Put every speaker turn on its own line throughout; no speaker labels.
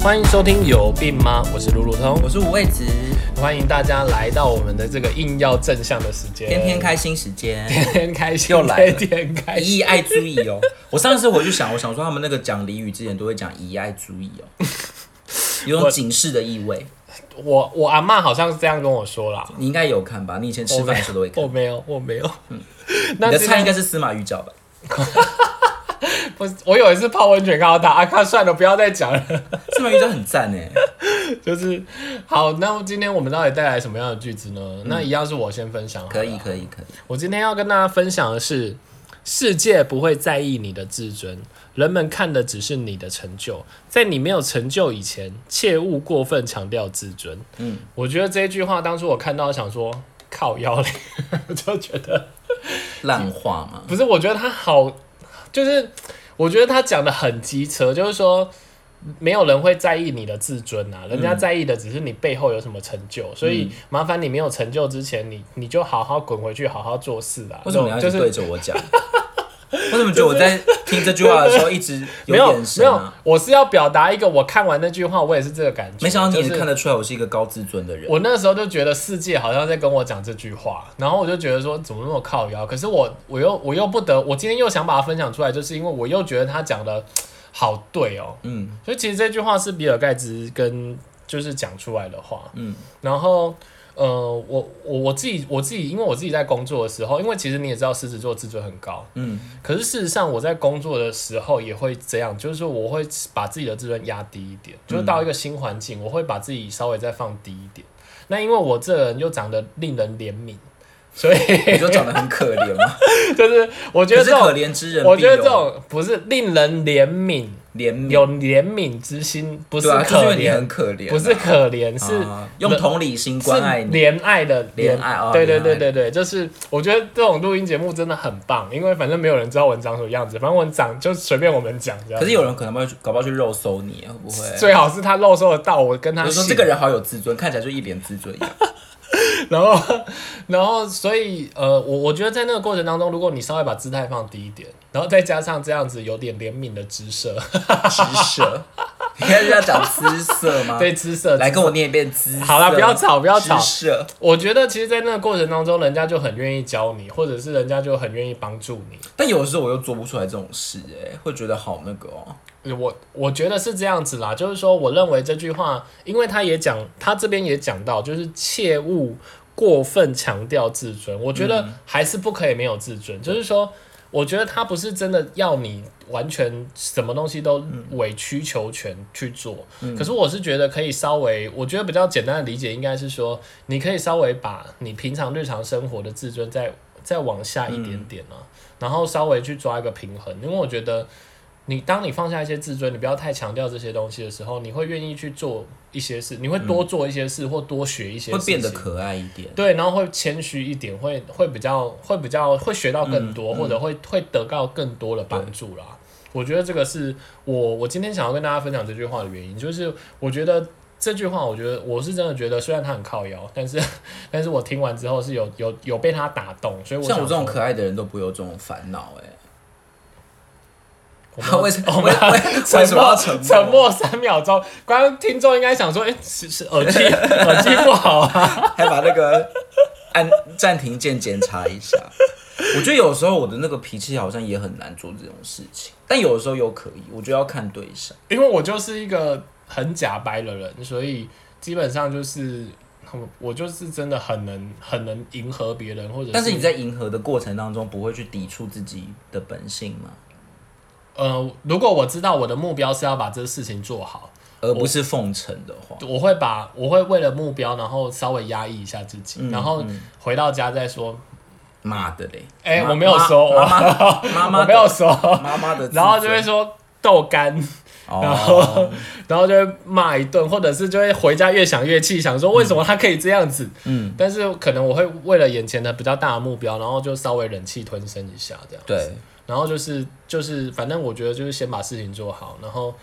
欢迎收听有病吗？我是路路通，
我是五味子，
欢迎大家来到我们的这个硬要正向的时间，
天天开心时间，
天天开心，
又来了
天天开
一
心。
亿爱注意哦。我上次回去想，我想说他们那个讲俚语之前都会讲一亿爱注意 哦，有种警示的意味。
我我阿嬷好像是这样跟我说啦，
你应该有看吧？你以前吃
我
饭
没
的时候都会看
有，我。没有，我没有。
嗯 你
那
的
今
菜应
天
该是司马鱼饺吧？
不是，我有一次泡温泉看到他，啊，看算了，不要再讲了。
司马鱼饺很赞哎，
就是好，那今天我们到底带来什么样的句子呢？那一样是我先分享好了，
嗯可以可以可以。
我今天要跟大家分享的是，世界不会在意你的自尊，人们看的只是你的成就。在你没有成就以前，切勿过分强调自尊。嗯，我觉得这一句话当初我看到想说靠腰嘞， 我就觉得
烂话 嘛，
不是，我觉得他好，就是我觉得他讲的很机车，就是说。没有人会在意你的自尊啊，人家在意的只是你背后有什么成就，所
嗯
以麻烦你没有成就之前，你你就好好滚回去，好好做事啊。
为什么你要一
就
直
是
对着我讲？我怎么觉得我在听这句话的时候一直
没有
眼
没
神
有
啊？，
我是要表达一个，我看完那句话，我也是这个感觉。
没想到你也
就是
看得出来我是一个高自尊的人。
我那时候就觉得世界好像在跟我讲这句话，然后我就觉得说怎么那么靠腰？可是我我又我又不得，我今天又想把它分享出来，就是因为我又觉得他讲的好对哦。
嗯，
所以其实这句话是比尔盖茨跟就是讲出来的话。
嗯，
然后。呃，我我我自己我自己，因为我自己在工作的时候，因为其实你也知道狮子座自尊很高，
嗯，
可是事实上，我在工作的时候也会这样，就是说我会把自己的自尊压低一
嗯
点，就是到一个新环境，我会把自己稍微再放低一点。那因为我这人又长得令人怜悯， 所以
你就长得很可怜嘛。
就是我觉
可
得
是
这
可
种，
怜之人必有，
我觉得这种不是令人怜悯，
怜悯
有怜悯之心，不是
对啊，就是因
可
为你很
怜，
可怜啊，
不是可怜，是
啊用同理心关爱
是
你。
怜爱的
怜爱哦
对对
怜爱
对对对，就是我觉得这种录音节目真的很棒，因为反正没有人知道文章什么样子，反正文章就随便我们讲这样。
可是有人可能会去搞不好去肉搜你，啊会不会？
最好是啊他肉搜得到我跟他
我说
姓
这个，人好有自尊，看起来就一脸自 尊一样。
然后 然后所以呃，我我觉得在那个过程当中，如果你稍微把姿态放低一点，然后再加上这样子有点怜悯的姿 色，
姿色，你看是要讲姿色吗？
对，姿色，
来跟我念一遍姿 色。
好啦不要吵不要吵
姿色，
我觉得其实，在那个过程当中，人家就很愿意教你，或者是人家就很愿意帮助你。
但有的时候我又做不出来这种事，哎，会觉得好那个哦。
我我觉得是这样子啦，就是说，我认为这句话，因为他也讲，他这边也讲到，就是切勿过分强调自尊。我觉
嗯
得还是不可以没有自尊，就是说，我觉得他不是真的要你完全什么东西都委曲求全去做，
嗯
可是我是觉得可以稍微，我觉得比较简单的理解应该是说，你可以稍微把你平常日常生活的自尊再再往下一点点
嗯
啊，然后稍微去抓一个平衡，因为我觉得。你当你放下一些自尊，你不要太强调这些东西的时候，你会愿意去做一些事，你会多做一些事，或多学一些
嗯会
事情，
变得可爱一点。
对，然后会谦虚一点，会会比较会比较会学到更
嗯
多，或者会会得到更多的帮助啦。我觉得这个是我我今天想要跟大家分享这句话的原因，就是我觉得这句话，我觉得我是真的觉得，虽然它很靠腰，但是 但是我听完之后是有有有被它打动，所以我
像我
想
这种
说
可爱的人都不会有这种烦恼，哎，
我们要
为什么
我们要
为为什么要沉默
沉默三秒钟？刚刚听众应该想说，哎、是是耳机 耳机不好啊？
还把那个按暂停键检查一下。我觉得有时候我的那个脾气好像也很难做这种事情，但有的时候又可以，我觉得要看对象。
因为我就是一个很假白的人，所以基本上就是我我就是真的很能很能迎合别人，或者
但是你在迎合的过程当中，不会去抵触自己的本性吗？
呃，如果我知道我的目标是要把这个事情做好，
而不是奉承的话，
我会把我会为了目标，然后稍微压抑一下自己，
嗯
然后回到家再说。
妈的嘞！
哎、
妈
我没有
妈
说，我
妈妈妈妈
我没有说，
的妈妈的自尊，
然后就会说豆干。然后
哦，
然后就会骂一顿，或者是就会回家越想越气，想说为什么他可以这样子。
嗯，
但是可能我会为了眼前的比较大的目标，然后就稍微忍气吞声一下这样。，
对，
然后就是就是，反正我觉得就是先把事情做好，然后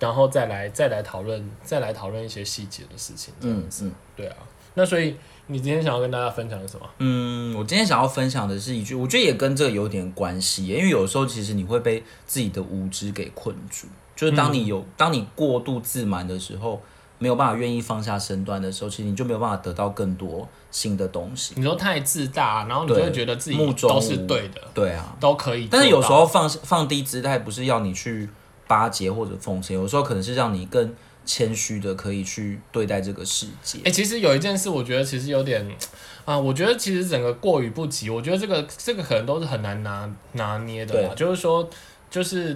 然后再来再来讨论再来讨论一些细节的事情。
嗯嗯，
对啊，那所以你今天想要跟大家分享的是什么？
嗯，我今天想要分享的是一句，我觉得也跟这个有点关系耶，因为有时候其实你会被自己的无知给困住，就是当
嗯
你有、当你过度自满的时候，没有办法愿意放下身段的时候，其实你就没有办法得到更多新的东西。
你说太自大，然后你就
对
会觉得自己
目中
都是
无
对的，
对啊，
都可以做到。
但是有时候放放低姿态，不是要你去巴结或者奉承，有时候可能是让你更谦虚的，可以去对待这个世界
哎、。其实有一件事，我觉得其实有点啊，我觉得其实整个过于不及，我觉得这个这个可能都是很难拿拿捏的啦。
对
就是说，就是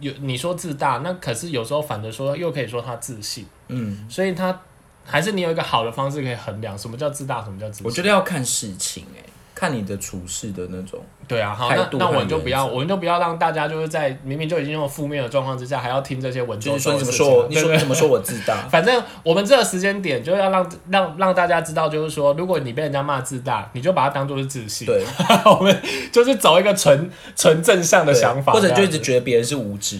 有你说自大，那可是有时候反着说，又可以说他自信，
嗯，
所以他还是你有一个好的方式可以衡量什么叫自大，什么叫自
我
信。
觉得要看事情、哎，看你的处事的那种。
对啊，好，
态
那
度
那
和
我们就
原
不要，
则
我们就不要让大家就是在明明就已经那么负面的状况之下，还要听这些文绉
就是
绉的
说你怎
事
么说
情啊
我，你
对
说
对
你怎么说我自 大？
反正我们这个时间点就要让让让大家知道，就是说，如果你被人家骂自大，你就把它当做是自信。，
对，
我们就是走一个纯纯正向的
对
想法，
或者就一
这样
直
子
觉得别人是 无知，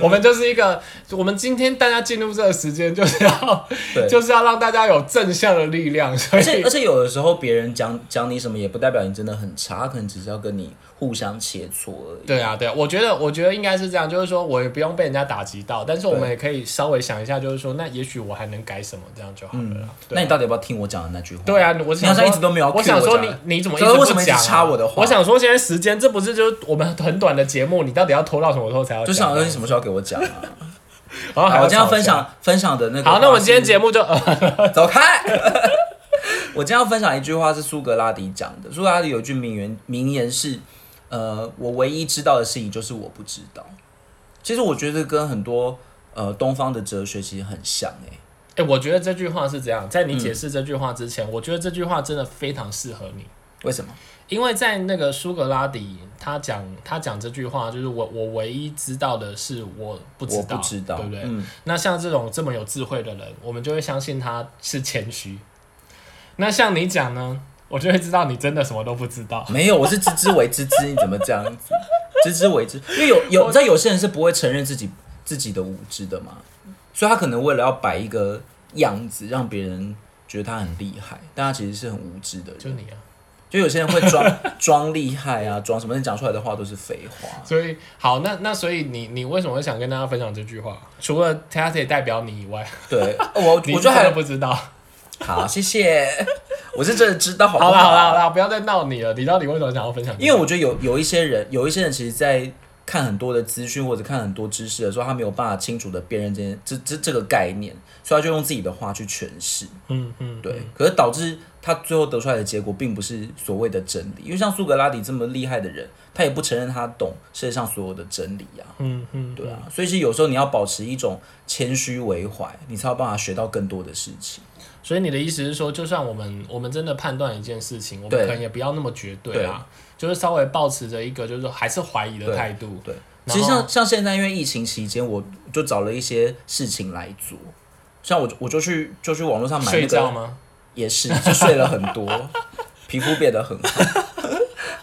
我们就是一个，我们今天大家进入这个时间，就是要
对。
就是要让大家有正向的力量，所
而且
以
而且有的时候别人讲讲你什么，也不代表你真的很差，他可能只是要跟你互相切磋而 已。
对啊，对啊，我觉得我觉得应该是这样，就是说我也不用被人家打击到，但是我们
对
也可以稍微想一下，就是说，那也许我还能改什么，这样就好了啦。对啊
嗯那你到底要不要听我讲的那句话？
对啊，我
你
想
好像
说
一直都没有要 cue
我
我
想说
讲
你
的
你怎么
所以为
不
什么一直
讲啊
插我的话
我想说现在时间，这不是就是我们很短的节目，你到底要拖到什么时候才要讲啊？
就想说你什么时候要给我讲 啊？
然后还
好，
要
我今天要
吵
分
架。
享分享的那个话
哦好，
是。
那我们今天节目就 呃，
走开。我今天要分享一句话是苏格拉底讲的，苏格拉底有一句名言，名言是：呃，我唯一知道的事情就是我不知道。其实我觉得跟很多呃东方的哲学其实很像欸诶、
哎，我觉得这句话是这样，在
嗯
你解释这句话之前，我觉得这句话真的非常适合你。
为什么？
因为在那个苏格拉底，他讲他讲这句话，就是我我唯一知道的是我不知
我
道，
不知道，
对不对？
嗯，
那像这种这么有智慧的人，我们就会相信他是谦虚。那像你讲呢，我就会知道你真的什么都不知道。
没有，我是知之为知之，你怎么这样子？ 知之为知，因为有有，你知道有些人是不会承认自己自己的无知的嘛，所以他可能为了要摆一个样子，让别人觉得他很厉害，但他其实是很无知的人
就。你啊，
就有些人会 装装厉害啊，装什么，但讲出来的话都是废话。
所以好，那那所以你你为什么会想跟大家分享这句话？除了 t a s 也代表你以 外，
对，我我
你
觉
真
得
的
还
不知道。
好，谢谢。我是真的知道，好 不
好
好？
啦好啦 好啦，不要再闹你了。你到底为什么想要分享这句话？
因为我觉得有有一些人，有一些人其实，在看很多的资讯或者看很多知识的时候，他没有办法清楚的辨认这件这这这个概念，所以他就用自己的话去诠释。
嗯嗯，
对，可是导致他最后得出来的结果并不是所谓的真理，因为像苏格拉底这么厉害的人，他也不承认他懂世界上所有的真理啊。
嗯嗯，
对啊，所以其实有时候你要保持一种谦虚为怀，你才有办法学到更多的事情。
所以你的意思是说，就算我们我们真的判断一件事情，我们
对
可能也不要那么绝对啊，就是稍微保持着一个就是还是怀疑的
对
态度。
对，
然后
其实像像现在因为疫情期间，我就找了一些事情来做，像我我就去就去网络上买
睡
那
觉
个，
吗？
也是就睡了很 多，皮肤变得很好。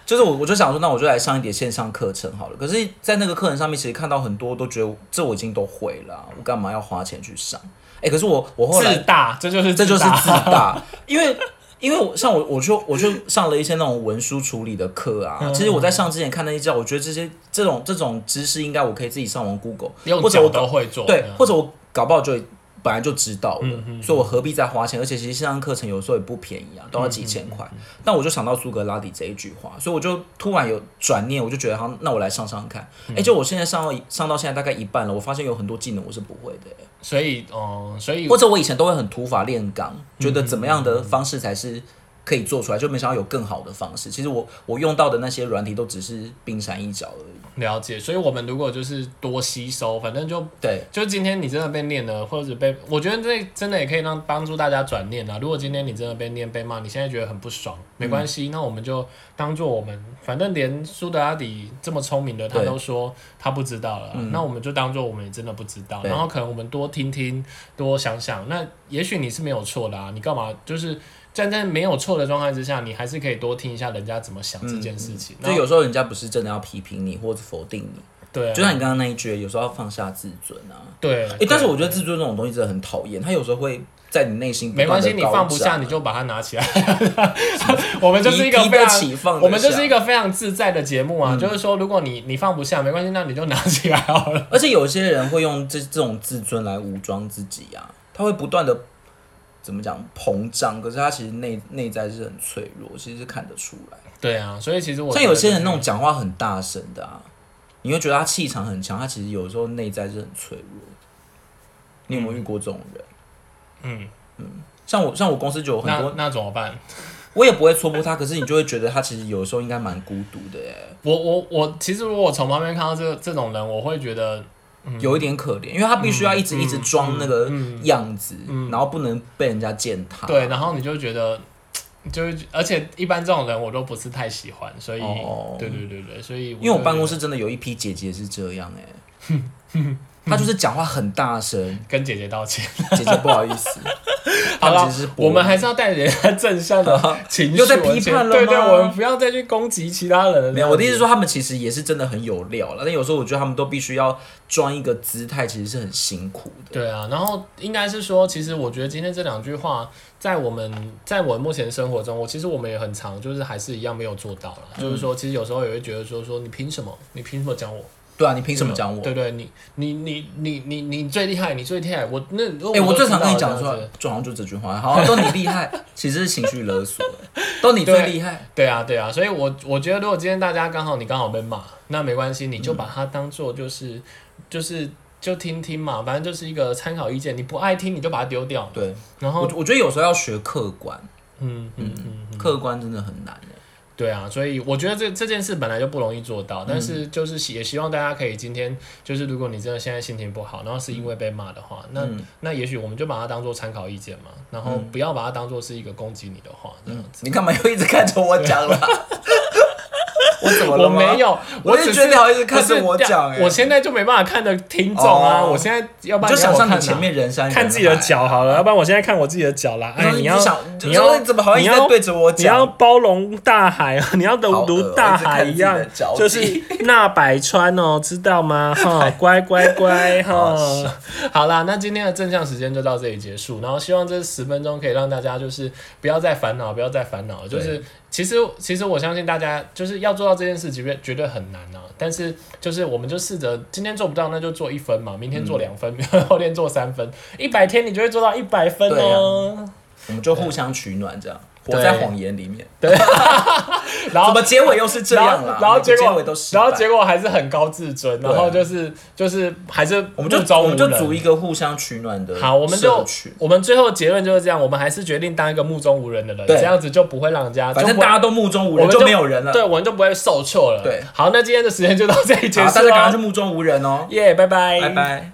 就是我，我就想说，那我就来上一点线上课程好了。可是，在那个课程上面，其实看到很多都觉得这我已经都会了啊、我干嘛要花钱去上？哎、可是我我后来
自大，这就是
这就是
大
自大， 因为因为我像我，我就我就上了一些那种文书处理的课
嗯
啊。其实我在上之前看那些教，我觉得这些这种这种知识应该我可以自己上网 Google，
用
或者
脚
我
都会做。
对
嗯，
或者我搞不好就本来就知道了，所以我何必再花钱？而且其实线上课程有时候也不便宜啊，都要几千
嗯
块。但我就想到苏格拉底这一句话，所以我就突然有转念，我就觉得好，那我来上上看。
嗯
哎、就我现在上到一上到现在大概一半了，我发现有很多技能我是不会的、欸
所以哦、所以
或者我以前都会很土法炼钢，觉得怎么样的方式才是可以做出来，就没想到有更好的方式。其实我我用到的那些软体都只是冰山一角而已。
了解，所以我们如果就是多吸收，反正就
对，
就今天你真的被念了，或者被，我觉得这真的也可以让帮助大家转念啊。如果今天你真的被念被骂，你现在觉得很不爽，没关系，
嗯
那我们就当做我们，反正连苏德拉底这么聪明的他
对嗯
都说他不知道了啊，那我们就当做我们也真的不知道。
对
然后可能我们多听听，多想想，那也许你是没有错的啊，你干嘛就是站在没有错的状态之下，你还是可以多听一下人家怎么想这件事情。
就
然后
有时候人家不是真的要批评你或者否定你，
对啊，
就像你刚刚那一句，有时候要放下自尊啊。
对，
哎、但是
对
我觉得自尊这种东西真的很讨厌，它有时候会在你内心不
没关
断地
系，你
高
放不
涨啊
下你就把它拿起来。 我们就是一个
提
非
得
常
起嗯放得
我们就是
下
一个非常自在的节目啊，就是说，如果你你放不下，没关系，那你就拿起来好 了。
而且有些人会用这这种自尊来武装自己啊，他会不断的怎么讲膨胀，可是他其实内内在是很脆弱，其实是看得出来。
对啊，所以其实我
像有些人那
弄，
种讲话很大声的啊，你会觉得他气场很强，他其实有时候内在是很脆弱的。你有没有遇过这种人？
嗯，
像我，像我公司就有很
那
多，
那怎么办？
我也不会戳破他，可是你就会觉得他其实有时候应该蛮孤独的、欸，
我我我，其实如果我从旁边看到这这种人，我会觉得嗯
有一点可怜，因为他必须要一直一直装那个样子，然后不能被人家践踏。
对，然后你就觉得。就是，而且一般这种人我都不是太喜欢，所以，
哦
对对对对，所以
因为我办公
室
室真的有一批姐姐是这样哎、 她就是讲话很大声，
跟姐姐道歉。
姐姐不好意思，
好
她
了
其实是，伯
我们还是要带着人家正向 的情绪，
又在批判了
对对，
吗
我们不要再去攻击其他人了。
没有我的意思是说他们其实也是真的很有料了，但有时候我觉得他们都必须要装一个姿态，其实是很辛苦的。
对啊，然后应该是说，其实我觉得今天这两句话，在我们在我目前生活中，我其实我们也很常就是还是一样没有做到了，
嗯
就是说，其实有时候也会觉得说说你凭什么？你凭什么讲我？
对啊，你凭什么讲我？
对对，你你你你你你最厉害，你最厉害，我那
哎、我最常跟你讲说
说，，
就好像就这句话，好像都你厉害，其实是情绪 勒索，都你最厉害。
对啊对啊，所以我我觉得如果今天大家刚好你刚好被骂，那没关系，你就把它当做就是、就是就听听嘛，反正就是一个参考意见，你不爱听你就把它丢掉，
对，
然
我
后
我觉得有时候要学客观，
嗯嗯哦嗯
客观真的很难欸
对啊，所以我觉得这这件事本来就不容易做到，但是就是希也希望大家可以今天就是，如果你真的现在心情不好，然后是因为被骂的话，那、
嗯
那也许我们就把它当做参考意见嘛，然后不要把它当做是一个攻击你的话，这样子。
你干嘛又一直看着我讲啦？我怎 么
我
了吗？
没有，
我
只
也
是
觉得好意思看着
不
我
是
讲、欸，
我现在就没办法看着听众啊，
哦
我现在要不
你
然
就
你要
想
我
象你
看
前
哪
面人山人海
看自己的，脚好了，要不然我现在看我自己的脚啦。哎，
你
要
不想
你
就说
要
你怎么好意思
你要
在对着我
你要
讲？
包容大海，啊你要
好
如
恶
如大海一样
我一直看，自
就
己的
是纳百川哦，知道 吗？哈，乖乖乖哈
好笑。
好啦，那今天的正向时间就到这里结束，然后希望这十分钟可以让大家就是不要再烦恼，不要再烦恼了，就是。其实，其实我相信大家就是要做到这件事，绝对绝对很难啊。但是，就是我们就试着今天做不到，那就做一分嘛，明天做两分，后天做三分，一百天你就会做到一百分
对啊
哦。
我们就互相取暖，这样活
对
在谎言里面。
然后
怎么结尾又是这样啦？
然后然后
每个
结
结
果
尾都失败
然后结果还是很高自尊，
对啊
然后就是就是还是
我们就
目中
我
无
们就
人
组一个互相取暖的
好，我们就
社群
我们最后结论就是这样，我们还是决定当一个目中无人的人，
对
这样子就不会让人家，
反
就
正
不会
大家都目中无
我
人，
们
就没有人了。
对，我们就不会受挫了。
对，
好，那今天的时间就到这里结
好，
束
大家赶快去
了，
目中无人哦，
耶，拜拜，
拜。拜。